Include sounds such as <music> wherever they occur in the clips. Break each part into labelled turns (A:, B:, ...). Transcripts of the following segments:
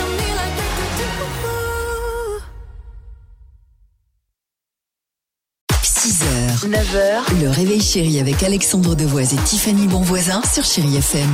A: on me like we could do.
B: 6h, 9h, le réveil chéri avec Alexandre Devoise et Tiffany Bonvoisin sur Chérie FM.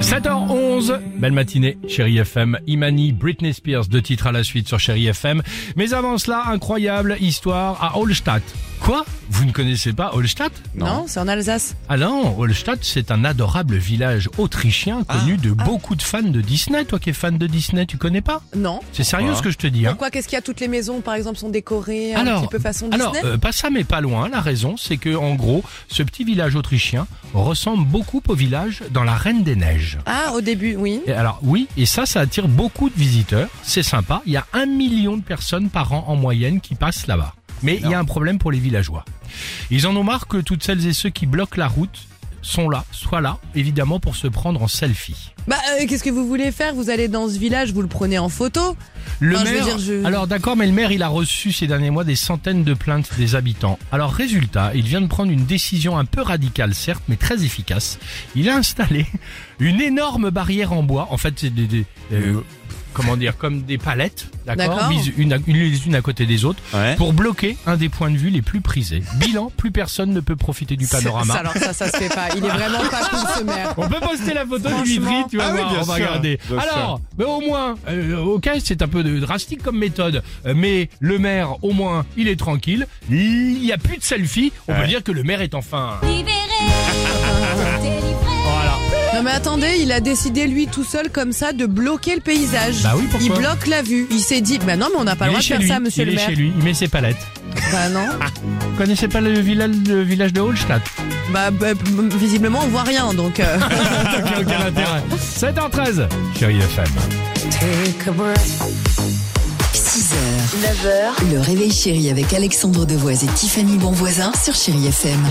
C: 7h11, belle matinée, chérie FM. Imani, Britney Spears, deux titres à la suite sur chérie FM. Mais avant cela, incroyable histoire à Holstadt. Quoi Vous ne connaissez pas Holstadt
D: Non, c'est en Alsace.
C: Ah non, Holstadt, c'est un adorable village autrichien
D: Ah.
C: connu de beaucoup de fans de Disney. Toi qui es fan de Disney, tu connais pas
D: Non.
C: C'est sérieux ce que je te dis, hein
D: Pourquoi Qu'est-ce qu'il y a Toutes les maisons, par exemple, sont décorées un petit peu façon
C: alors,
D: Disney
C: euh, pas ça, mais pas loin. La raison, c'est que, en gros, ce petit village autrichien ressemble beaucoup au village dans La Reine des Neiges.
D: Ah, au début, oui.
C: Et alors oui, et ça, ça attire beaucoup de visiteurs. C'est sympa. Il y a un million de personnes par an en moyenne qui passent là-bas. Mais il y a un problème pour les villageois. Ils en ont marre que toutes celles et ceux qui bloquent la route sont là, soient là, évidemment pour se prendre en selfie.
D: Bah, euh, qu'est-ce que vous voulez faire Vous allez dans ce village, vous le prenez en photo.
C: Le
D: Enfin, je veux
C: maire,
D: dire, je-
C: alors d'accord, mais le maire, il a reçu ces derniers mois des centaines de plaintes des habitants. Alors résultat, il vient de prendre une décision un peu radicale, certes, mais très efficace. Il a installé une énorme barrière en bois. En fait, c'est des, des- euh, comment dire, comme des palettes, d'accord,
D: D'accord.
C: mises une, à- une- les unes à côté des autres, pour bloquer un des points de vue les plus prisés. Bilan, plus personne ne peut profiter du panorama.
D: Ça, alors ça, ça se fait pas. Il est vraiment pas
C: <laughs>
D: cool ce maire.
C: On peut poster la photo du
D: Franchement.
C: Vitry, tu vas
E: Ah oui,
C: voir,
E: bien
C: on
E: sûr,
C: va regarder.
E: bien
C: Alors, mais au moins, euh, ok, c'est un peu de- drastique comme méthode, euh, mais le maire, au moins, il est tranquille. Il n'y a plus de selfie. On peut dire que le maire est enfin.
A: Libéré, délivré.
C: Voilà.
D: Non mais attendez, il a décidé lui tout seul comme ça de bloquer le paysage.
C: Bah oui, pourquoi
D: Il bloque la vue. Il s'est dit, bah non, mais on n'a pas
C: il
D: le droit
C: est
D: de
C: chez
D: faire
C: lui.
D: ça, monsieur
C: il
D: le
C: est
D: maire.
C: chez lui. Il met ses palettes.
D: Bah non.
C: Vous connaissez pas le village, le village de Holstadt
D: Bah, bah, visiblement, on voit rien, donc. euh,
C: <laughs> Ok, aucun intérêt. 7h13. Chérie FM.
B: 6h, 9h, le réveil chéri avec Alexandre Devoise et Tiffany Bonvoisin sur Chérie FM.